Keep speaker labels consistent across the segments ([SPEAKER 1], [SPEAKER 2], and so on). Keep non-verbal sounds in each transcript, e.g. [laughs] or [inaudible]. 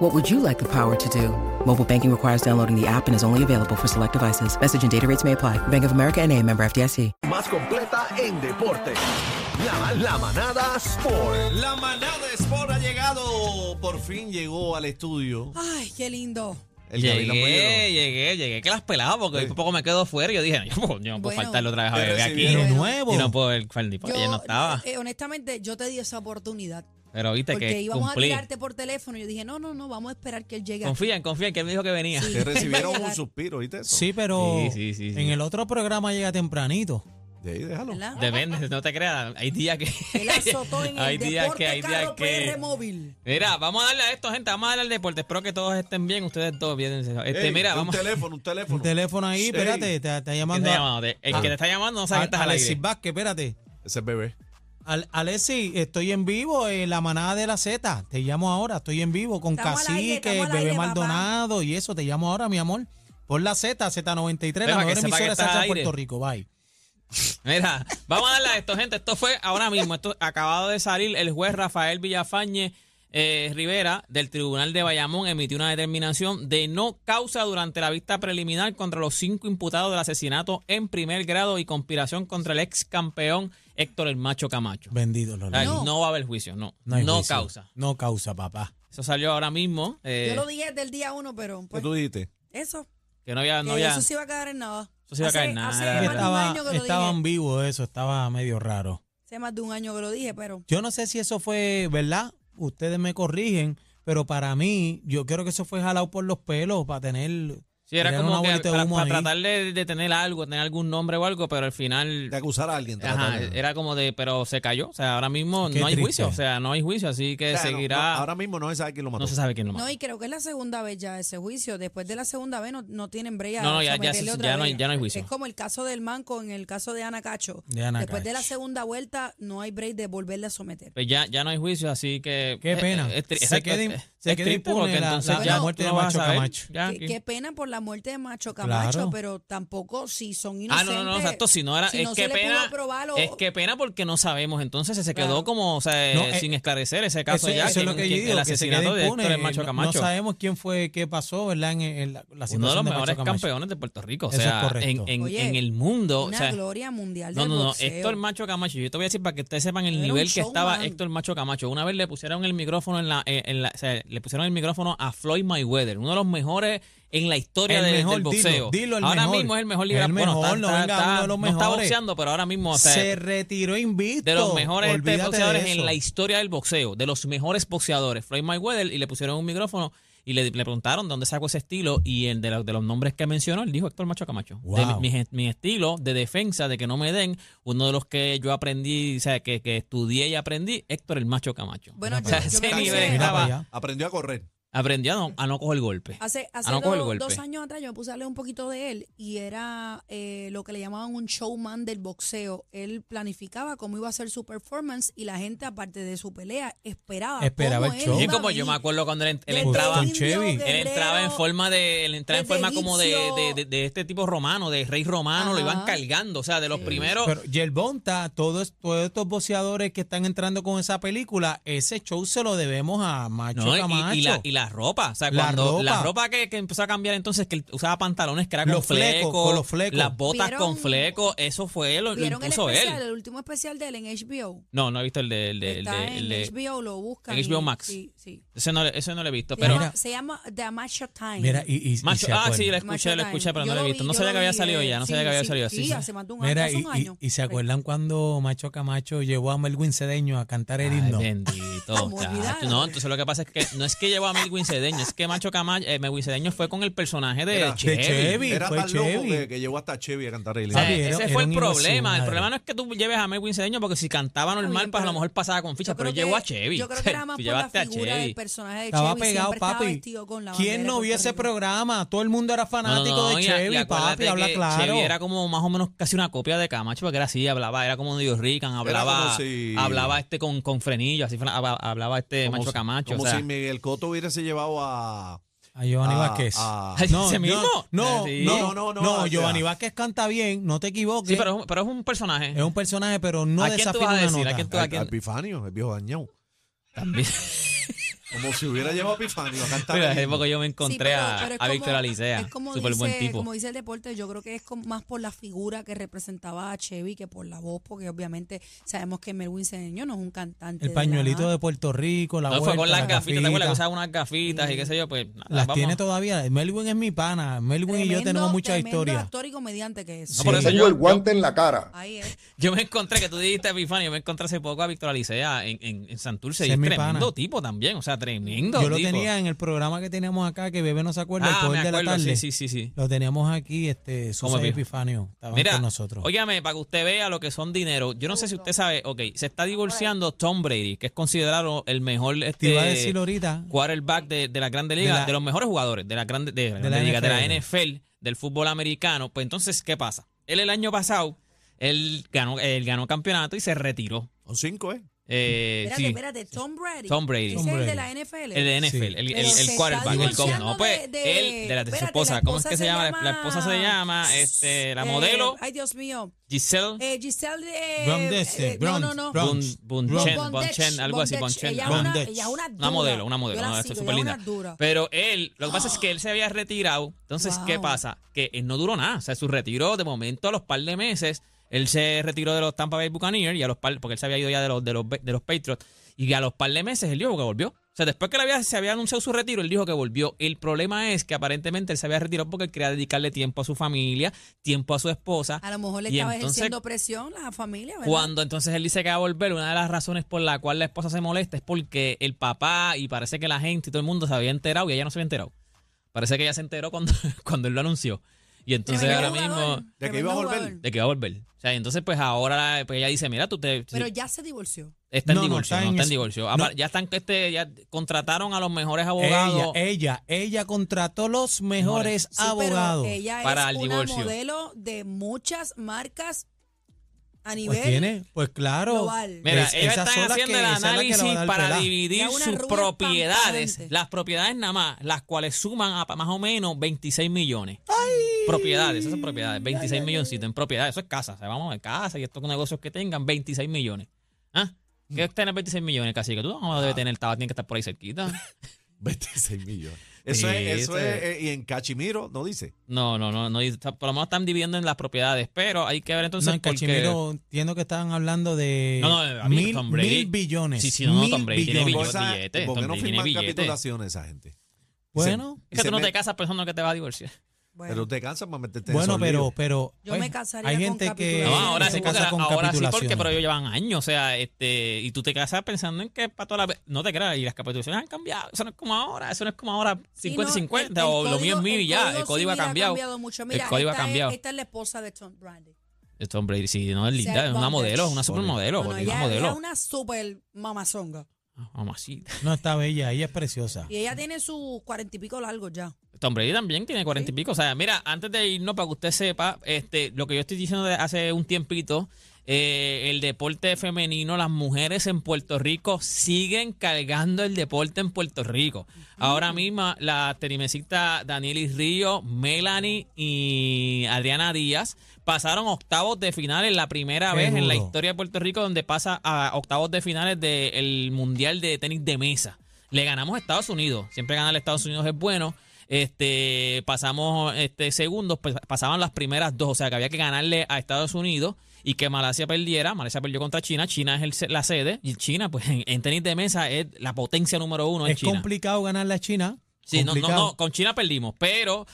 [SPEAKER 1] What would you like the power to do? Mobile banking requires downloading the app and is only available for select devices. Message and data rates may apply. Bank of America and a member FDIC.
[SPEAKER 2] más completa en deporte. La, la manada Sport.
[SPEAKER 3] La manada de Sport ha llegado. Por fin llegó al estudio.
[SPEAKER 4] Ay, qué lindo.
[SPEAKER 3] El Cabildo
[SPEAKER 5] Llegué,
[SPEAKER 3] Pollero.
[SPEAKER 5] llegué, llegué, que las pelaba porque
[SPEAKER 3] Sí.
[SPEAKER 5] hoy por poco me quedo fuera y yo dije, [laughs] yo, no puedo- yo no puedo
[SPEAKER 4] Bueno.
[SPEAKER 5] faltarle otra vez a
[SPEAKER 3] Te
[SPEAKER 5] bebé aquí.
[SPEAKER 3] recibieron
[SPEAKER 5] Yo-
[SPEAKER 3] nuevo.
[SPEAKER 5] Yo no puedo el faldi, porque ayer no estaba.
[SPEAKER 4] eh, honestamente, yo te di esa oportunidad.
[SPEAKER 5] Pero viste
[SPEAKER 4] Porque
[SPEAKER 5] que
[SPEAKER 4] íbamos
[SPEAKER 5] cumplí.
[SPEAKER 4] a tirarte por teléfono. y Yo dije, no, no, no, vamos a esperar que él llegue.
[SPEAKER 5] Confían, confían, que él me dijo que venía.
[SPEAKER 4] Sí.
[SPEAKER 3] Te recibieron
[SPEAKER 4] Llegar.
[SPEAKER 3] un suspiro, ¿viste eso?
[SPEAKER 6] Sí, pero
[SPEAKER 5] Sí, sí, sí, sí.
[SPEAKER 6] en el otro programa llega tempranito.
[SPEAKER 3] De ahí déjalo.
[SPEAKER 4] ¿Verdad?
[SPEAKER 5] [laughs] Depende, no te creas, hay días que...
[SPEAKER 4] [laughs] Él azotó en el
[SPEAKER 5] [laughs] hay días
[SPEAKER 4] deporte pues,
[SPEAKER 5] que, hay días
[SPEAKER 4] carro PR
[SPEAKER 5] que...
[SPEAKER 4] móvil.
[SPEAKER 5] Mira, vamos a darle a esto, gente, vamos a darle al deporte. Espero que todos estén bien, ustedes todos bien. Este,
[SPEAKER 3] Ey,
[SPEAKER 5] mira,
[SPEAKER 3] un
[SPEAKER 5] vamos...
[SPEAKER 3] teléfono, un teléfono.
[SPEAKER 6] Un teléfono ahí,
[SPEAKER 3] Sí.
[SPEAKER 6] espérate, te está
[SPEAKER 5] ¿Quién
[SPEAKER 6] llamando.
[SPEAKER 5] te
[SPEAKER 6] a-
[SPEAKER 5] está llamando? El
[SPEAKER 3] Ah.
[SPEAKER 5] que te está llamando no sabe
[SPEAKER 6] a-
[SPEAKER 5] que estás al aire.
[SPEAKER 6] Alexis Vázquez, espérate.
[SPEAKER 3] Ese es bebé.
[SPEAKER 6] Al- Alexis, estoy en vivo en la manada de la Z. Te llamo ahora, estoy en vivo con
[SPEAKER 4] Estamos al aire,
[SPEAKER 6] Cacique,
[SPEAKER 4] estamos al
[SPEAKER 6] Bebé
[SPEAKER 4] aire, papá.
[SPEAKER 6] Maldonado y eso. Te llamo ahora, mi amor. Por la Z, Z93,
[SPEAKER 5] Deja
[SPEAKER 6] la
[SPEAKER 5] que
[SPEAKER 6] mejor
[SPEAKER 5] sepa que
[SPEAKER 6] emisora de
[SPEAKER 5] estás al
[SPEAKER 6] salsa de
[SPEAKER 5] aire.
[SPEAKER 6] Puerto Rico. Bye.
[SPEAKER 5] Mira, vamos a darle a esto, gente. Esto fue ahora mismo. Esto acabado de salir el juez Rafael Villafañe eh, Rivera del Tribunal de Bayamón emitió una determinación de no causa durante la vista preliminar contra los cinco imputados del asesinato en primer grado y conspiración contra el ex campeón Héctor El Macho Camacho.
[SPEAKER 6] Bendito,
[SPEAKER 5] O
[SPEAKER 6] Lolo.
[SPEAKER 5] sea,
[SPEAKER 4] No.
[SPEAKER 5] No. va a haber juicio, no. No,
[SPEAKER 6] hay juicio.
[SPEAKER 5] causa.
[SPEAKER 6] No causa, papá.
[SPEAKER 5] Eso salió ahora mismo. eh,
[SPEAKER 4] Yo lo dije desde el día uno, pero
[SPEAKER 3] ¿Qué
[SPEAKER 4] pues,
[SPEAKER 3] tú dijiste?
[SPEAKER 4] eso.
[SPEAKER 5] que no había, Ah, no
[SPEAKER 4] que
[SPEAKER 5] había.
[SPEAKER 4] Eso sí va a quedar en nada.
[SPEAKER 5] Eso sí va a
[SPEAKER 4] hace,
[SPEAKER 5] caer en nada.
[SPEAKER 4] Hace
[SPEAKER 5] Yo
[SPEAKER 4] más de un
[SPEAKER 6] Estaba,
[SPEAKER 4] año que lo
[SPEAKER 6] estaba
[SPEAKER 4] dije.
[SPEAKER 6] ambiguo eso, estaba medio raro.
[SPEAKER 4] Hace más de un año que lo dije, pero
[SPEAKER 6] Yo no sé si eso fue, ¿verdad? Ustedes me corrigen, pero para mí, yo creo que eso fue jalado por los pelos para tener.
[SPEAKER 5] Sí, era
[SPEAKER 6] tirar
[SPEAKER 5] como
[SPEAKER 6] una
[SPEAKER 5] que
[SPEAKER 6] bolita de
[SPEAKER 5] para,
[SPEAKER 6] humo
[SPEAKER 5] para
[SPEAKER 6] ahí.
[SPEAKER 5] tratar de, de tener algo, tener algún nombre o algo, pero al final
[SPEAKER 3] De acusar a alguien.
[SPEAKER 5] Ajá,
[SPEAKER 3] tratar de-
[SPEAKER 5] era como de, pero se cayó. O sea, ahora mismo
[SPEAKER 6] Qué
[SPEAKER 5] no hay
[SPEAKER 6] triste.
[SPEAKER 5] juicio. O sea, no hay juicio, así que
[SPEAKER 3] O sea, no,
[SPEAKER 5] seguirá.
[SPEAKER 3] no,
[SPEAKER 5] No,
[SPEAKER 3] ahora mismo no se sabe quién lo mató.
[SPEAKER 5] se sabe quién lo mató.
[SPEAKER 4] no, y creo que es la segunda vez ya ese juicio. Después de la segunda vez no, no tienen brea.
[SPEAKER 5] No, no, ya- ya sí- ya no hay- ya no hay juicio.
[SPEAKER 4] Es como el caso del Manco en el caso de Ana Cacho.
[SPEAKER 6] De Ana
[SPEAKER 4] Después de la
[SPEAKER 6] Cacho.
[SPEAKER 4] segunda vuelta no hay break de volverle a someter.
[SPEAKER 5] Pues ya, ya no hay juicio, así que.
[SPEAKER 6] Qué
[SPEAKER 5] eh,
[SPEAKER 6] pena.
[SPEAKER 5] eh, es tri-
[SPEAKER 6] Se
[SPEAKER 5] exacto,
[SPEAKER 6] queda im-
[SPEAKER 5] es-
[SPEAKER 6] se
[SPEAKER 5] es
[SPEAKER 6] queda
[SPEAKER 5] triste
[SPEAKER 6] impune
[SPEAKER 5] porque
[SPEAKER 6] la-
[SPEAKER 5] entonces
[SPEAKER 4] la-
[SPEAKER 5] ya
[SPEAKER 4] la
[SPEAKER 5] tú
[SPEAKER 6] muerte de
[SPEAKER 5] no vas
[SPEAKER 6] Macho
[SPEAKER 5] a saber.
[SPEAKER 6] Camacho.
[SPEAKER 5] Ya,
[SPEAKER 4] qué,
[SPEAKER 5] y-
[SPEAKER 4] qué pena por la muerte de Macho Camacho,
[SPEAKER 6] Claro.
[SPEAKER 4] pero tampoco si son
[SPEAKER 5] Ah,
[SPEAKER 4] inocentes.
[SPEAKER 5] no, no, no, exacto. Si no era.
[SPEAKER 4] si
[SPEAKER 5] es
[SPEAKER 4] no se
[SPEAKER 5] que
[SPEAKER 4] le pudo
[SPEAKER 5] pena.
[SPEAKER 4] probar oh, o-
[SPEAKER 5] Es que pena porque no sabemos. Entonces se quedó
[SPEAKER 4] Claro.
[SPEAKER 5] como, o sea,
[SPEAKER 6] No, eh,
[SPEAKER 5] sin esclarecer ese caso
[SPEAKER 6] eso,
[SPEAKER 5] ya.
[SPEAKER 6] eso es lo que yo
[SPEAKER 5] quien-
[SPEAKER 6] digo,
[SPEAKER 5] el
[SPEAKER 6] que se
[SPEAKER 5] asesinato
[SPEAKER 6] quede
[SPEAKER 5] de Héctor
[SPEAKER 6] impune.
[SPEAKER 5] el Macho
[SPEAKER 6] No-
[SPEAKER 5] Camacho.
[SPEAKER 6] No sabemos quién fue, qué pasó, ¿verdad? En, en la, la situación
[SPEAKER 5] uno de los
[SPEAKER 6] de
[SPEAKER 5] mejores
[SPEAKER 6] Macho Camacho.
[SPEAKER 5] campeones de Puerto Rico. O
[SPEAKER 6] Eso es
[SPEAKER 5] sea, en,
[SPEAKER 6] correcto.
[SPEAKER 5] en,
[SPEAKER 4] Oye,
[SPEAKER 5] en el mundo.
[SPEAKER 4] una
[SPEAKER 5] o sea,
[SPEAKER 4] gloria mundial
[SPEAKER 5] No,
[SPEAKER 4] del
[SPEAKER 5] no, no.
[SPEAKER 4] boxeo.
[SPEAKER 5] Héctor Macho Camacho. Yo te voy a decir para que ustedes sepan el
[SPEAKER 4] Era un
[SPEAKER 5] nivel que estaba
[SPEAKER 4] showman.
[SPEAKER 5] Héctor Macho Camacho. Una vez le pusieron el micrófono en la, eh, en la- o sea, le pusieron el micrófono a Floyd Mayweather, uno de los mejores en la historia
[SPEAKER 6] El
[SPEAKER 5] del- del
[SPEAKER 6] mejor, dilo,
[SPEAKER 5] boxeo.
[SPEAKER 6] dilo, el
[SPEAKER 5] ahora
[SPEAKER 6] mejor.
[SPEAKER 5] mismo es el mejor
[SPEAKER 6] El
[SPEAKER 5] libra. bueno,
[SPEAKER 6] mejor,
[SPEAKER 5] está-
[SPEAKER 6] no
[SPEAKER 5] está-
[SPEAKER 6] venga,
[SPEAKER 5] está-
[SPEAKER 6] uno de los
[SPEAKER 5] no está
[SPEAKER 6] mejores.
[SPEAKER 5] boxeando, pero ahora mismo o sea,
[SPEAKER 6] Se retiró invicto.
[SPEAKER 5] de los mejores este,
[SPEAKER 6] Olvídate de
[SPEAKER 5] boxeadores
[SPEAKER 6] eso.
[SPEAKER 5] en la historia del boxeo, de los mejores boxeadores, Floyd Mayweather, y le pusieron un micrófono y le, le preguntaron dónde sacó ese estilo y el de, los- de los nombres que mencionó, él dijo Héctor Macho Camacho. De
[SPEAKER 6] Wow.
[SPEAKER 5] mi, mi- mi estilo de defensa, de que no me den, uno de los que yo aprendí, o sea, que, que estudié y aprendí, Héctor el Macho Camacho.
[SPEAKER 4] Bueno,
[SPEAKER 6] Mira
[SPEAKER 4] yo,
[SPEAKER 6] para
[SPEAKER 5] allá.
[SPEAKER 4] yo
[SPEAKER 5] Ese
[SPEAKER 4] me
[SPEAKER 5] nivel
[SPEAKER 4] puse-
[SPEAKER 6] Mira
[SPEAKER 5] estaba-
[SPEAKER 6] para allá.
[SPEAKER 3] Aprendió a correr.
[SPEAKER 5] Aprendí a no, a no coger golpe.
[SPEAKER 4] Hace, hace
[SPEAKER 5] Ah, no coger
[SPEAKER 4] dos-
[SPEAKER 5] golpe.
[SPEAKER 4] dos años atrás yo me puse a leer un poquito de él y era eh, lo que le llamaban un showman del boxeo. Él planificaba cómo iba a ser su performance y la gente, aparte de su pelea, esperaba.
[SPEAKER 6] Esperaba
[SPEAKER 4] cómo
[SPEAKER 6] el
[SPEAKER 4] él
[SPEAKER 6] show.
[SPEAKER 4] iba
[SPEAKER 5] Y
[SPEAKER 4] a
[SPEAKER 5] es como yo me
[SPEAKER 4] venir.
[SPEAKER 5] acuerdo cuando él, él
[SPEAKER 4] Desde
[SPEAKER 5] entraba,
[SPEAKER 4] Indio
[SPEAKER 6] Chevy. Él
[SPEAKER 5] Él entraba en
[SPEAKER 4] Guerrero,
[SPEAKER 5] forma de. Él entraba en
[SPEAKER 4] desde
[SPEAKER 5] forma como de, de,
[SPEAKER 4] egipcio.
[SPEAKER 5] de- de este tipo romano, de rey romano, lo iban
[SPEAKER 4] Ajá.
[SPEAKER 5] cargando. O sea, de los primeros.
[SPEAKER 6] Pero Yerbonta, todos, todos estos boxeadores que están entrando con esa película, ese show se lo debemos a Macho
[SPEAKER 5] no, y-
[SPEAKER 6] Camacho.
[SPEAKER 5] y, y la, y la ropa. O sea,
[SPEAKER 6] La
[SPEAKER 5] cuando
[SPEAKER 6] ropa.
[SPEAKER 5] la ropa que, que empezó a cambiar entonces, que él usaba pantalones que era con
[SPEAKER 6] Los flecos,
[SPEAKER 5] flecos,
[SPEAKER 6] con los flecos.
[SPEAKER 5] las botas
[SPEAKER 4] ¿Vieron-
[SPEAKER 5] con flecos, eso fue lo, lo
[SPEAKER 4] ¿Vieron el
[SPEAKER 5] impuso
[SPEAKER 4] especial,
[SPEAKER 5] él.
[SPEAKER 4] el último especial de él en HBO?
[SPEAKER 5] No, no he visto el de. El de, el
[SPEAKER 4] Está
[SPEAKER 5] de- el de-
[SPEAKER 4] en HBO, lo buscan.
[SPEAKER 5] en HBO
[SPEAKER 4] y-
[SPEAKER 5] Max.
[SPEAKER 4] Sí, sí.
[SPEAKER 5] ese, no, le- ese no lo he visto.
[SPEAKER 4] Se,
[SPEAKER 5] Pero.
[SPEAKER 4] llama, se llama The Macho Time.
[SPEAKER 6] Mira, y, y- y
[SPEAKER 5] Macho-
[SPEAKER 6] se
[SPEAKER 5] ah, sí,
[SPEAKER 6] acuerdan.
[SPEAKER 5] la
[SPEAKER 4] Macho
[SPEAKER 5] escuché, la escuché,
[SPEAKER 4] Time.
[SPEAKER 5] pero
[SPEAKER 4] Yo
[SPEAKER 5] no la
[SPEAKER 4] lo
[SPEAKER 5] he visto.
[SPEAKER 4] vi,
[SPEAKER 5] No
[SPEAKER 4] yo
[SPEAKER 5] sabía
[SPEAKER 4] lo
[SPEAKER 5] que había
[SPEAKER 4] vi,
[SPEAKER 5] salido
[SPEAKER 4] eh,
[SPEAKER 5] ya, no
[SPEAKER 4] sí,
[SPEAKER 5] sabía que había
[SPEAKER 4] sí,
[SPEAKER 5] salido.
[SPEAKER 4] Sí,
[SPEAKER 5] Sí, sí.
[SPEAKER 4] hace más de un Pues. año.
[SPEAKER 6] Mira,
[SPEAKER 4] hace
[SPEAKER 6] y,
[SPEAKER 4] un
[SPEAKER 6] y-
[SPEAKER 4] año.
[SPEAKER 6] y se acuerdan cuando Macho Camacho llevó a Melwin Cedeño a cantar el
[SPEAKER 5] Ay,
[SPEAKER 6] himno.
[SPEAKER 5] bendito.
[SPEAKER 4] [laughs]
[SPEAKER 5] Bendito.
[SPEAKER 4] Como
[SPEAKER 5] chacho.
[SPEAKER 4] olvidado.
[SPEAKER 5] no, entonces lo que pasa es que no es que llevó a Melwin Cedeño, es que Macho Camacho, eh, Melwin Cedeño fue con el personaje de,
[SPEAKER 3] Era- de
[SPEAKER 5] Chevy.
[SPEAKER 6] Chevy.
[SPEAKER 3] Era
[SPEAKER 6] fue
[SPEAKER 3] tan loco
[SPEAKER 6] Chevy.
[SPEAKER 3] que, que llegó hasta Chevy a cantar el
[SPEAKER 5] O sea,
[SPEAKER 6] Papi, era-
[SPEAKER 5] ese
[SPEAKER 6] era
[SPEAKER 5] fue el
[SPEAKER 6] un hijo de su
[SPEAKER 5] problema. El
[SPEAKER 6] madre.
[SPEAKER 5] problema no es que tú lleves a Melwin Cedeño, porque si cantaba normal,
[SPEAKER 4] bien,
[SPEAKER 5] pues a lo
[SPEAKER 4] pero
[SPEAKER 5] mejor pasaba con
[SPEAKER 4] Yo
[SPEAKER 5] fichas, pero
[SPEAKER 4] creo
[SPEAKER 5] llegó a
[SPEAKER 4] que-
[SPEAKER 5] Chevy.
[SPEAKER 4] Yo creo
[SPEAKER 5] Tú
[SPEAKER 4] que
[SPEAKER 5] [laughs]
[SPEAKER 4] era más por la
[SPEAKER 5] llevaste a
[SPEAKER 4] figura
[SPEAKER 5] Chevy.
[SPEAKER 4] del personaje de
[SPEAKER 6] Estaba
[SPEAKER 4] Chevy,
[SPEAKER 6] pegado,
[SPEAKER 4] siempre estaba
[SPEAKER 6] papi.
[SPEAKER 4] vestido con la
[SPEAKER 6] ¿Quién
[SPEAKER 4] bandera
[SPEAKER 6] no
[SPEAKER 4] de
[SPEAKER 6] vio ese
[SPEAKER 4] Puerto Rico.
[SPEAKER 6] programa? Todo el mundo era fanático de
[SPEAKER 5] y a-
[SPEAKER 6] Chevy,
[SPEAKER 5] y acuérdate
[SPEAKER 6] papi, habla
[SPEAKER 5] que
[SPEAKER 6] claro.
[SPEAKER 5] Chevy era como más o menos casi una copia de Camacho, porque era así, hablaba, era como Dios Rican, hablaba,
[SPEAKER 3] como si-
[SPEAKER 5] hablaba este con, con frenillo, así fue- hab- hablaba este
[SPEAKER 3] Como
[SPEAKER 5] Macho
[SPEAKER 3] si-
[SPEAKER 5] Camacho.
[SPEAKER 3] Como
[SPEAKER 5] o sea,
[SPEAKER 3] si Miguel Cotto hubiese llevado a.
[SPEAKER 6] A Giovanni
[SPEAKER 3] a-
[SPEAKER 6] Vázquez.
[SPEAKER 3] a-
[SPEAKER 5] Ay,
[SPEAKER 6] No,
[SPEAKER 5] ¿Ese
[SPEAKER 6] yo-
[SPEAKER 5] mismo?
[SPEAKER 6] no,
[SPEAKER 5] Sí.
[SPEAKER 6] no,
[SPEAKER 3] Ah, No, no, no,
[SPEAKER 6] no,
[SPEAKER 3] o sea-
[SPEAKER 6] Giovanni Vázquez canta bien, no te equivoques.
[SPEAKER 5] sí, pero, es un- pero es un personaje.
[SPEAKER 6] es un personaje, pero no
[SPEAKER 5] ¿A quién tú
[SPEAKER 6] desafía
[SPEAKER 5] vas a
[SPEAKER 6] una
[SPEAKER 5] decir? ¿A
[SPEAKER 6] nota.
[SPEAKER 5] quién tú-
[SPEAKER 3] al- al Epifanio, el viejo dañado.
[SPEAKER 5] También.
[SPEAKER 3] Como si hubiera llevado a Epifanio a cantar.
[SPEAKER 5] [laughs] Mira, hace
[SPEAKER 3] el-
[SPEAKER 5] poco yo me
[SPEAKER 4] Sí,
[SPEAKER 5] encontré
[SPEAKER 4] pero-
[SPEAKER 5] a,
[SPEAKER 4] pero es
[SPEAKER 5] a Víctor
[SPEAKER 4] como-
[SPEAKER 5] Alicea,
[SPEAKER 4] es como
[SPEAKER 5] súper buen
[SPEAKER 4] dice-
[SPEAKER 5] tipo.
[SPEAKER 4] Como dice el deporte, yo creo que es como- más por la figura que representaba a Chevy que por la voz, porque obviamente sabemos que Melwin Cedeño no es un cantante.
[SPEAKER 6] El pañuelito de Puerto Rico, la
[SPEAKER 5] No, fue
[SPEAKER 6] vuelta,
[SPEAKER 5] con las gafitas, ¿te acuerdas que
[SPEAKER 6] gafita.
[SPEAKER 5] usaba unas gafitas y qué sé yo? Pues nada,
[SPEAKER 6] Las
[SPEAKER 5] vamos
[SPEAKER 6] tiene
[SPEAKER 5] a-
[SPEAKER 6] todavía. Melwin es mi pana. Melwin
[SPEAKER 4] Tremendo-
[SPEAKER 6] y yo tenemos mucha
[SPEAKER 4] tremendo
[SPEAKER 6] historia.
[SPEAKER 4] actor y comediante que es.
[SPEAKER 5] No, por
[SPEAKER 6] Sí.
[SPEAKER 5] eso
[SPEAKER 7] Tengo
[SPEAKER 5] yo-
[SPEAKER 7] el guante en la cara.
[SPEAKER 4] Ahí es.
[SPEAKER 5] Yo me encontré, que tú dijiste Epifanio, yo me encontré hace poco a Víctor Alicea en, en, en Santurce. Y
[SPEAKER 6] Ese
[SPEAKER 5] es
[SPEAKER 6] es mi
[SPEAKER 5] tremendo
[SPEAKER 6] pana.
[SPEAKER 5] tipo también, o sea, tremendo
[SPEAKER 6] Yo lo
[SPEAKER 5] tipo.
[SPEAKER 6] tenía en el programa que teníamos acá, que Bebe no se acuerda, el
[SPEAKER 5] Ah, me
[SPEAKER 6] poder de la
[SPEAKER 5] acuerdo,
[SPEAKER 6] tarde.
[SPEAKER 5] sí, sí, sí, sí.
[SPEAKER 6] Lo teníamos aquí, este, Susa
[SPEAKER 5] Como
[SPEAKER 6] y
[SPEAKER 5] viejo.
[SPEAKER 6] Epifanio. Estaban
[SPEAKER 5] Mira,
[SPEAKER 6] con nosotros.
[SPEAKER 5] óigame, para que usted vea lo que son dinero. Yo no sé si usted sabe, ok, se está divorciando Tom Brady, que es considerado el mejor este,
[SPEAKER 6] Te iba a decir ahorita.
[SPEAKER 5] quarterback de, de la Grande Liga,
[SPEAKER 6] De
[SPEAKER 5] de,
[SPEAKER 6] la-
[SPEAKER 5] los mejores jugadores de la Grande, de la
[SPEAKER 6] De la
[SPEAKER 5] Grande Liga, de la
[SPEAKER 6] NFL.
[SPEAKER 5] NFL, del fútbol americano. Pues entonces, ¿qué pasa? Él el año pasado, él ganó, él ganó campeonato y se retiró.
[SPEAKER 3] Son cinco, ¿eh?
[SPEAKER 5] Eh,
[SPEAKER 4] Espérate,
[SPEAKER 5] sí,
[SPEAKER 4] espérate. Tom Brady.
[SPEAKER 5] Tom Brady.
[SPEAKER 4] Ese
[SPEAKER 6] Tom
[SPEAKER 4] es el
[SPEAKER 6] Brady.
[SPEAKER 4] de la NFL.
[SPEAKER 5] El de NFL, el, el,
[SPEAKER 4] Pero
[SPEAKER 5] el
[SPEAKER 4] se está
[SPEAKER 5] quarterback, el
[SPEAKER 4] divorciando
[SPEAKER 5] coach. No, pues,
[SPEAKER 4] de- de-
[SPEAKER 5] él, de la de su
[SPEAKER 4] espérate,
[SPEAKER 5] esposa.
[SPEAKER 4] la
[SPEAKER 5] ¿Cómo es
[SPEAKER 4] esposa
[SPEAKER 5] que se
[SPEAKER 4] se
[SPEAKER 5] llama? La- La esposa se llama, este, la modelo,
[SPEAKER 4] Eh, ay, Dios mío.
[SPEAKER 5] Giselle
[SPEAKER 4] Eh, Giselle. eh,
[SPEAKER 6] Brandeste,
[SPEAKER 3] este,
[SPEAKER 4] eh, no, no, no.
[SPEAKER 6] Brand-
[SPEAKER 5] Bun- Bunchen,
[SPEAKER 6] Brand-
[SPEAKER 5] Bonchen, algo así,
[SPEAKER 4] Bondech.
[SPEAKER 5] Bonchen.
[SPEAKER 4] Ella es
[SPEAKER 5] Ajá.
[SPEAKER 4] una,
[SPEAKER 6] Bondech.
[SPEAKER 4] ella es una
[SPEAKER 3] este.
[SPEAKER 4] dura.
[SPEAKER 5] Una modelo, una modelo.
[SPEAKER 4] Yo la
[SPEAKER 5] no,
[SPEAKER 4] sigo,
[SPEAKER 5] esta es
[SPEAKER 4] ella
[SPEAKER 5] súper
[SPEAKER 4] es
[SPEAKER 5] linda.
[SPEAKER 4] una dura.
[SPEAKER 5] Pero él, lo que pasa es
[SPEAKER 4] [gasps]
[SPEAKER 5] que él se había retirado. Entonces, ¿qué
[SPEAKER 4] Wow.
[SPEAKER 5] pasa? Que él no duró nada. O sea, su retiro de momento a los par de meses. Él se retiró de los Tampa Bay Buccaneers y a los par, porque él se había ido ya de los, de los, de los Patriots. Y a los par de meses él dijo que volvió. O sea, después que él había- se había anunciado su retiro, él dijo que volvió. El problema es que aparentemente él se había retirado porque él quería dedicarle tiempo a su familia, tiempo a su esposa.
[SPEAKER 4] A lo mejor le
[SPEAKER 5] Y
[SPEAKER 4] estaba
[SPEAKER 5] entonces-
[SPEAKER 4] ejerciendo presión la familia, ¿verdad?
[SPEAKER 5] Cuando entonces él dice que va a volver, una de las razones por la cual la esposa se molesta es porque el papá y parece que la gente y todo el mundo se había enterado y ella no se había enterado. Parece que ella se enteró cuando, [laughs] cuando él lo anunció. Y entonces
[SPEAKER 4] Tremendo
[SPEAKER 5] ahora
[SPEAKER 4] jugador,
[SPEAKER 5] mismo,
[SPEAKER 3] ¿De que iba a
[SPEAKER 4] tremendo
[SPEAKER 3] volver?
[SPEAKER 4] jugador.
[SPEAKER 5] ¿de que va a volver? O sea, entonces pues ahora pues ella dice, mira, tú te...
[SPEAKER 4] Pero ya se divorció.
[SPEAKER 5] Está en
[SPEAKER 6] No, no,
[SPEAKER 5] divorcio,
[SPEAKER 6] está
[SPEAKER 5] no,
[SPEAKER 6] en
[SPEAKER 5] está en
[SPEAKER 6] eso.
[SPEAKER 5] divorcio.
[SPEAKER 6] No.
[SPEAKER 5] Apar- Ya están, este, ya contrataron a los mejores
[SPEAKER 6] Ella,
[SPEAKER 5] abogados.
[SPEAKER 6] ella, ella contrató los mejores
[SPEAKER 4] Sí, pero
[SPEAKER 6] abogados.
[SPEAKER 4] Ella
[SPEAKER 5] para
[SPEAKER 4] es
[SPEAKER 5] el
[SPEAKER 4] una
[SPEAKER 5] divorcio.
[SPEAKER 4] modelo de muchas marcas a nivel.
[SPEAKER 6] Pues tiene, pues claro.
[SPEAKER 4] global.
[SPEAKER 5] Mira,
[SPEAKER 6] Es-
[SPEAKER 5] ellos están
[SPEAKER 6] esas son las
[SPEAKER 5] haciendo
[SPEAKER 6] que-
[SPEAKER 5] el
[SPEAKER 6] esa es la que le va a
[SPEAKER 5] análisis
[SPEAKER 6] dar
[SPEAKER 5] para
[SPEAKER 6] pelá.
[SPEAKER 5] dividir
[SPEAKER 4] Ya una
[SPEAKER 5] sus
[SPEAKER 4] rubia
[SPEAKER 5] propiedades,
[SPEAKER 4] espantante.
[SPEAKER 5] las propiedades nada más, las cuales suman a pa- más o menos 26 millones. Propiedades, esas son propiedades, 26 milloncitos en propiedades, eso es casa, o sea, vamos a ver, casa y estos negocios que tengan, 26 millones. ¿Ah? ¿Qué es tener 26 millones, casi que tú no
[SPEAKER 6] Ah.
[SPEAKER 5] debes tener, estaba, tiene que estar por ahí cerquita.
[SPEAKER 3] 26 millones. Eso es, eso
[SPEAKER 5] Sí,
[SPEAKER 3] es,
[SPEAKER 5] sí.
[SPEAKER 3] eh, y en Cachimiro, ¿no dice?
[SPEAKER 5] No, no, no, no, y está- por lo menos están dividiendo en las propiedades, pero hay que ver entonces
[SPEAKER 6] No, en
[SPEAKER 5] por qué-
[SPEAKER 6] Cachimiro entiendo que estaban hablando de
[SPEAKER 5] No, no, a mí,
[SPEAKER 6] mil,
[SPEAKER 5] Tom Brady.
[SPEAKER 6] mil billones.
[SPEAKER 5] Sí, sí, no, no,
[SPEAKER 6] mil
[SPEAKER 5] Tom Brady tiene
[SPEAKER 6] billones.
[SPEAKER 5] billones.
[SPEAKER 3] Por esa-
[SPEAKER 5] billetes,
[SPEAKER 3] ¿Por qué no
[SPEAKER 5] Tom Brady tiene
[SPEAKER 3] firman
[SPEAKER 5] billetes.
[SPEAKER 3] capitulaciones esa gente?
[SPEAKER 6] Bueno,
[SPEAKER 5] Es que tú no
[SPEAKER 3] Se
[SPEAKER 5] te
[SPEAKER 3] me-
[SPEAKER 5] casas pensando que te vas a divorciar.
[SPEAKER 4] Bueno,
[SPEAKER 3] Pero te cansan para meterte en
[SPEAKER 6] bueno,
[SPEAKER 3] esos
[SPEAKER 6] pero,
[SPEAKER 3] líos.
[SPEAKER 6] pero pues,
[SPEAKER 4] Yo me casaría
[SPEAKER 6] hay
[SPEAKER 4] con
[SPEAKER 6] gente que
[SPEAKER 4] capitulación.
[SPEAKER 5] No, ahora
[SPEAKER 4] se
[SPEAKER 5] sí,
[SPEAKER 6] Eh, casa
[SPEAKER 5] porque,
[SPEAKER 6] con
[SPEAKER 5] ahora sí porque
[SPEAKER 6] capitulación.
[SPEAKER 5] pero ellos llevan años, o sea, este, y tú te casas pensando en que para toda la ve- no te creas, y las capitulaciones han cambiado, eso no es como ahora, eso no es como ahora 50
[SPEAKER 4] Sí, no,
[SPEAKER 5] 50
[SPEAKER 4] el- el
[SPEAKER 5] o lo mío
[SPEAKER 4] código-
[SPEAKER 5] es mío y ya, el código ha
[SPEAKER 4] civil
[SPEAKER 5] cambiado.
[SPEAKER 4] mucho. Mira,
[SPEAKER 5] el código ha
[SPEAKER 4] esta es-
[SPEAKER 5] cambiado.
[SPEAKER 4] esta es la esposa de Tom Brady.
[SPEAKER 5] Esto, Este hombre, sí, no es linda,
[SPEAKER 4] Sarah
[SPEAKER 5] es una
[SPEAKER 4] Bondage.
[SPEAKER 5] modelo, es una supermodelo,
[SPEAKER 4] Bueno,
[SPEAKER 5] porque es una
[SPEAKER 4] ella, ella es
[SPEAKER 5] modelo.
[SPEAKER 4] una super mamazonga.
[SPEAKER 5] Mamacita.
[SPEAKER 6] No está bella, ella es preciosa.
[SPEAKER 4] Y ella tiene sus cuarenta y pico largos ya.
[SPEAKER 5] Tom Brady también tiene 40 y pico. O sea, mira, antes de irnos, para que usted sepa, este, lo que yo estoy diciendo de hace un tiempito, eh, el deporte femenino, las mujeres en Puerto Rico siguen cargando el deporte en Puerto Rico. Ahora mismo, la terimecista Danielis Río, Melanie y Adriana Díaz pasaron octavos de final en la primera
[SPEAKER 6] Qué
[SPEAKER 5] vez en la
[SPEAKER 6] duro.
[SPEAKER 5] historia de Puerto Rico donde pasa a octavos de finales del Mundial de Tenis de Mesa. Le ganamos a Estados Unidos. Siempre ganar a Estados Unidos es bueno. Este, pasamos este, segundos, pues, pasaban las primeras dos. O sea, que había que ganarle a Estados Unidos y que Malasia perdiera. Malasia perdió contra China. China es el se- la sede. Y China, pues en, en tenis de mesa, es la potencia número uno en
[SPEAKER 6] es
[SPEAKER 5] China.
[SPEAKER 6] complicado ganar la China.
[SPEAKER 5] Sí, no, no,
[SPEAKER 6] complicado.
[SPEAKER 5] no, con China perdimos, pero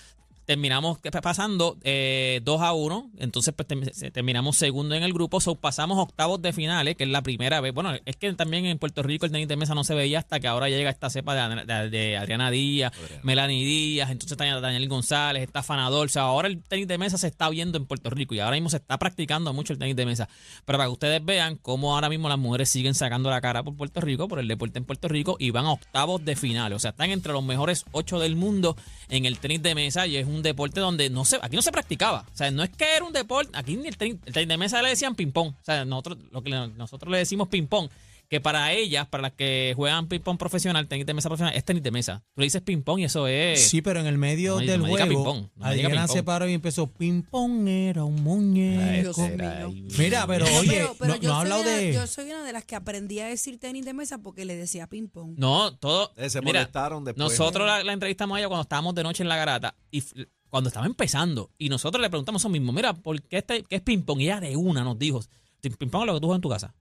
[SPEAKER 5] terminamos que- pues, pasando eh, 2 a 1. Entonces, pues termi- se- terminamos segundo en el grupo. So, pasamos octavos de finales, que es la primera vez. Bueno, es que también en Puerto Rico el tenis de mesa no se veía hasta que ahora llega esta cepa de, Ana- de- de Adriana Díaz, Melanie Díaz, entonces está Daniel González, está Fanador. O sea, ahora el tenis de mesa se está viendo en Puerto Rico y ahora mismo se está practicando mucho el tenis de mesa. Pero para que ustedes vean cómo ahora mismo las mujeres siguen sacando la cara por Puerto Rico, por el deporte en Puerto Rico y van a octavos de final. O sea, están entre los mejores ocho del mundo en el tenis de mesa y es un deporte donde no se, aquí no se practicaba. O sea, no es que era un deporte, aquí ni el tenis, el tenis de mesa le decían ping-pong. O sea, nosotros, lo que le- nosotros le decimos ping-pong. Que para ellas, para las que juegan ping-pong profesional, tenis de mesa profesional, es tenis de mesa. Tú le dices ping-pong y eso es.
[SPEAKER 6] Sí, pero en el medio
[SPEAKER 5] no me-
[SPEAKER 6] del
[SPEAKER 5] no me diga ping-pong,
[SPEAKER 6] juego,
[SPEAKER 5] no me diga
[SPEAKER 6] Adriana se
[SPEAKER 5] ping-pong.
[SPEAKER 6] paró y empezó, ping pong era un muñeco.
[SPEAKER 4] Dios mío.
[SPEAKER 6] Mira, pero
[SPEAKER 4] Pero-
[SPEAKER 6] oye,
[SPEAKER 4] pero- pero
[SPEAKER 6] no,
[SPEAKER 4] yo
[SPEAKER 6] no ha
[SPEAKER 4] soy
[SPEAKER 6] hablado
[SPEAKER 4] una-
[SPEAKER 6] de...
[SPEAKER 4] Yo soy una de las que aprendí a decir tenis de mesa porque le decía ping-pong.
[SPEAKER 5] No, todo.
[SPEAKER 3] Eh, se
[SPEAKER 5] mira,
[SPEAKER 3] molestaron después.
[SPEAKER 5] Nosotros la, la entrevistamos a ella cuando estábamos de noche en la garata y f- cuando estaba empezando. Y nosotros le preguntamos eso mismo: Mira, ¿por qué, este, qué es ping-pong? Y ella de una nos dijo: Ping-pong es lo que tú juegas en tu casa.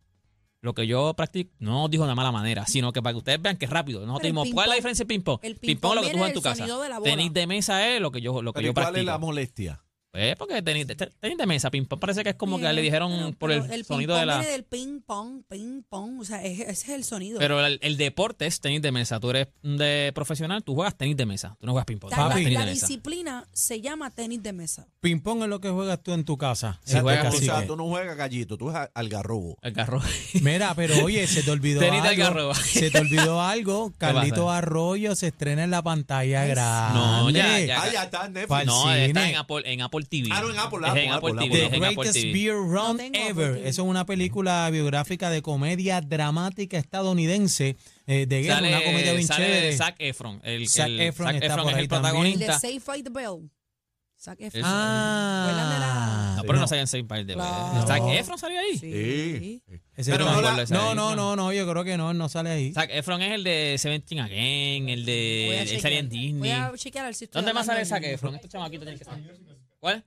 [SPEAKER 5] Lo que yo practico, no nos dijo de mala manera, sino que para que ustedes vean que es rápido. Nosotros
[SPEAKER 4] Pero el
[SPEAKER 5] dijimos: ¿Cuál es la
[SPEAKER 4] ping-pong-
[SPEAKER 5] diferencia de ping-pong?
[SPEAKER 4] el
[SPEAKER 5] Ping-pong es lo que tú
[SPEAKER 4] ping-pong
[SPEAKER 5] juegas en tu
[SPEAKER 4] viene del
[SPEAKER 5] casa.
[SPEAKER 4] sonido de la bola.
[SPEAKER 5] Tenis de mesa es lo que yo, lo que
[SPEAKER 3] Pero
[SPEAKER 5] yo
[SPEAKER 3] ¿y ¿Cuál es la
[SPEAKER 5] practico.
[SPEAKER 3] molestia?
[SPEAKER 5] Pues porque tenis, de- tenis de mesa, ping-pong parece que es como que
[SPEAKER 4] Bien,
[SPEAKER 5] le dijeron
[SPEAKER 4] pero-
[SPEAKER 5] por
[SPEAKER 4] pero
[SPEAKER 5] el, sonido
[SPEAKER 4] ping-pong
[SPEAKER 5] de la.
[SPEAKER 4] viene del ping-pong, ping-pong. O sea, es- ese es el sonido.
[SPEAKER 5] Pero el, el deporte es tenis de mesa. Tú eres de profesional, tú juegas tenis de mesa. Tú no juegas ping-pong. tú
[SPEAKER 4] Tal-
[SPEAKER 5] juegas
[SPEAKER 6] Papi.
[SPEAKER 5] tenis
[SPEAKER 4] la,
[SPEAKER 5] de
[SPEAKER 4] la
[SPEAKER 5] mesa.
[SPEAKER 4] disciplina se llama tenis de mesa.
[SPEAKER 6] Ping pong es lo que juegas tú en tu casa.
[SPEAKER 5] Si juegas
[SPEAKER 3] o
[SPEAKER 5] Así
[SPEAKER 6] cacique.
[SPEAKER 3] sea, tú no juegas gallito, tú juegas algarrobo.
[SPEAKER 5] El
[SPEAKER 6] [laughs]
[SPEAKER 5] carro.
[SPEAKER 6] Mira, pero oye, se te olvidó
[SPEAKER 5] Tenis de
[SPEAKER 6] algo.
[SPEAKER 5] algarroba.
[SPEAKER 6] Se te olvidó algo. Carlito Arroyo se estrena en la pantalla grande.
[SPEAKER 5] No, ya, ya.
[SPEAKER 3] Ah, ya está en Netflix.
[SPEAKER 6] Fal-
[SPEAKER 5] No, está
[SPEAKER 6] cine.
[SPEAKER 5] en Apple, en Apple TV.
[SPEAKER 3] Ah, no, en Apple,
[SPEAKER 5] Es
[SPEAKER 3] Apple,
[SPEAKER 5] en Apple,
[SPEAKER 3] Apple,
[SPEAKER 5] TV.
[SPEAKER 6] The
[SPEAKER 5] es en Apple
[SPEAKER 6] Greatest
[SPEAKER 5] TV.
[SPEAKER 6] Beer Run
[SPEAKER 4] No tengo
[SPEAKER 6] Ever.
[SPEAKER 4] Apple
[SPEAKER 6] Eso es una película biográfica de comedia dramática estadounidense eh, de guerra,
[SPEAKER 5] Sale,
[SPEAKER 6] una comedia bien
[SPEAKER 5] sale
[SPEAKER 6] chévere.
[SPEAKER 5] Zac Efron. El,
[SPEAKER 6] Zac
[SPEAKER 5] el-
[SPEAKER 6] Efron
[SPEAKER 5] Zac
[SPEAKER 6] está
[SPEAKER 5] Efron
[SPEAKER 6] por
[SPEAKER 5] es el
[SPEAKER 6] ahí también.
[SPEAKER 4] El de
[SPEAKER 5] protagonista.
[SPEAKER 4] Save Fight the Bell. Zac Efron. ¿Recuerdan de
[SPEAKER 6] Ah,
[SPEAKER 4] la-
[SPEAKER 5] No, pero no salen seis par de
[SPEAKER 4] Claro.
[SPEAKER 5] Zac Efron salió ahí.
[SPEAKER 3] Sí.
[SPEAKER 6] ese
[SPEAKER 3] Pero
[SPEAKER 6] no,
[SPEAKER 3] no
[SPEAKER 6] no,
[SPEAKER 3] la-
[SPEAKER 6] no, no, no, yo creo que no, no sale ahí.
[SPEAKER 5] Zac Efron es el de Seventeen Again, el
[SPEAKER 4] Voy
[SPEAKER 5] de.
[SPEAKER 4] a
[SPEAKER 5] Él
[SPEAKER 4] chequear.
[SPEAKER 5] salía en
[SPEAKER 4] Voy
[SPEAKER 5] Disney.
[SPEAKER 4] a chequear el
[SPEAKER 5] ¿Dónde más sale Zac Efron? Estos chamaquitos tienen que saber. ¿Cuál?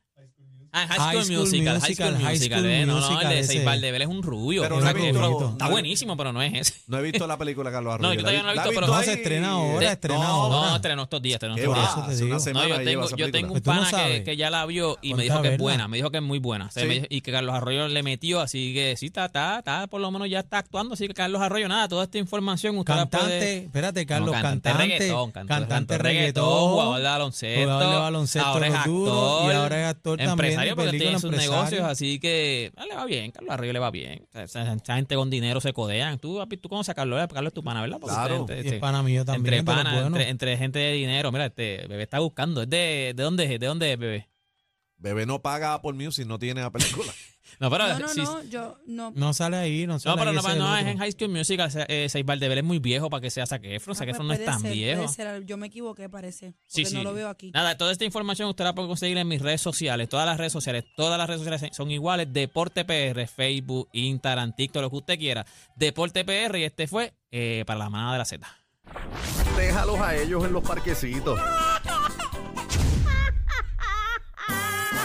[SPEAKER 5] Ah,
[SPEAKER 6] High
[SPEAKER 5] High School
[SPEAKER 6] School
[SPEAKER 5] Musical, High
[SPEAKER 6] Musical,
[SPEAKER 5] School
[SPEAKER 6] High
[SPEAKER 5] Musical.
[SPEAKER 6] School
[SPEAKER 5] eh, No, no, el
[SPEAKER 6] Musical,
[SPEAKER 5] de
[SPEAKER 6] ese.
[SPEAKER 5] Seis Valdebel es un rubio.
[SPEAKER 3] Pero
[SPEAKER 5] es
[SPEAKER 6] no
[SPEAKER 5] Zac
[SPEAKER 6] he visto-
[SPEAKER 5] Efron.
[SPEAKER 6] no
[SPEAKER 5] Está
[SPEAKER 6] he-
[SPEAKER 5] buenísimo, pero no es ese.
[SPEAKER 3] No he visto la película de Carlos Arroyo.
[SPEAKER 5] No,
[SPEAKER 3] La
[SPEAKER 5] yo todavía no la he
[SPEAKER 3] vi-
[SPEAKER 5] visto, pero-
[SPEAKER 6] No, se estrena ahora,
[SPEAKER 3] eh,
[SPEAKER 6] estrena
[SPEAKER 3] no,
[SPEAKER 6] ahora.
[SPEAKER 5] este No, estrenó estos días, estrenó
[SPEAKER 3] ¿Qué
[SPEAKER 5] estos
[SPEAKER 6] por
[SPEAKER 3] va?
[SPEAKER 5] días.
[SPEAKER 6] eso te
[SPEAKER 3] Hace
[SPEAKER 6] digo.
[SPEAKER 3] una
[SPEAKER 6] No,
[SPEAKER 5] No,
[SPEAKER 3] semana
[SPEAKER 5] yo
[SPEAKER 3] lleva
[SPEAKER 5] tengo,
[SPEAKER 3] esa
[SPEAKER 5] yo tengo
[SPEAKER 3] película.
[SPEAKER 5] un
[SPEAKER 6] Pero tú no
[SPEAKER 5] pana que,
[SPEAKER 6] sabes.
[SPEAKER 5] que ya la vio y
[SPEAKER 6] Ponte
[SPEAKER 5] me
[SPEAKER 6] a
[SPEAKER 5] dijo que es
[SPEAKER 6] verla.
[SPEAKER 5] buena, me dijo que es muy buena. O sea,
[SPEAKER 3] Sí.
[SPEAKER 5] me dijo- y que Carlos Arroyo le metió, así que sí, está, está, está, por lo menos ya está actuando. Así que Carlos Arroyo, nada, toda esta información usted la
[SPEAKER 6] Cantante,
[SPEAKER 5] puede-
[SPEAKER 6] espérate,
[SPEAKER 5] No,
[SPEAKER 6] Carlos, cantante,
[SPEAKER 5] reggaetón,
[SPEAKER 6] cantante,
[SPEAKER 5] cantante
[SPEAKER 6] reggaetón,
[SPEAKER 5] jugador de baloncesto,
[SPEAKER 6] jugador de baloncesto,
[SPEAKER 5] ahora es
[SPEAKER 6] lo
[SPEAKER 5] actor,
[SPEAKER 6] duro, y ahora es actor también de
[SPEAKER 5] empresario porque tiene
[SPEAKER 6] película,
[SPEAKER 5] sus
[SPEAKER 6] empresario.
[SPEAKER 5] negocios, así que ah, le va bien, Carlos Arroyo le va bien. O sea, esa, esa gente con dinero se codean. Tú, papi, tú conoces a Carlos, eh, Carlos es tu pana, ¿verdad? Porque
[SPEAKER 3] Claro,
[SPEAKER 5] usted-
[SPEAKER 6] y es
[SPEAKER 5] este-
[SPEAKER 6] pana mío también,
[SPEAKER 5] entre
[SPEAKER 6] de los
[SPEAKER 5] panas,
[SPEAKER 6] buenos.
[SPEAKER 5] entre, entre gente de dinero. Mira, este bebé está buscando. ¿Es de, de dónde es? ¿De dónde es, bebé?
[SPEAKER 3] Bebé no paga Apple Music, no tiene la película.
[SPEAKER 5] No, pero
[SPEAKER 4] No, no,
[SPEAKER 5] si- Mm,
[SPEAKER 4] no, yo no.
[SPEAKER 6] No sale ahí, no
[SPEAKER 5] no,
[SPEAKER 6] sale
[SPEAKER 5] pero
[SPEAKER 6] ahí.
[SPEAKER 5] no,
[SPEAKER 6] ese
[SPEAKER 5] pero no,
[SPEAKER 6] otro.
[SPEAKER 5] es en High School Musical. se- Eh, Seis Valdebel es muy viejo para que sea Zac Efron.
[SPEAKER 4] Ah,
[SPEAKER 5] Zac
[SPEAKER 4] pues
[SPEAKER 5] Efron no es
[SPEAKER 4] puede
[SPEAKER 5] tan
[SPEAKER 4] ser,
[SPEAKER 5] viejo.
[SPEAKER 4] puede ser, yo me equivoqué, parece. Porque
[SPEAKER 5] Sí, sí.
[SPEAKER 4] no lo veo aquí.
[SPEAKER 5] Nada, toda esta información usted la puede conseguir en mis redes sociales. Todas las redes sociales, todas las redes sociales son iguales. Deporte PR, Facebook, Instagram, TikTok, lo que usted quiera. Deporte PR y este fue eh, para la manada de la Z.
[SPEAKER 2] Déjalos a ellos en los parquecitos.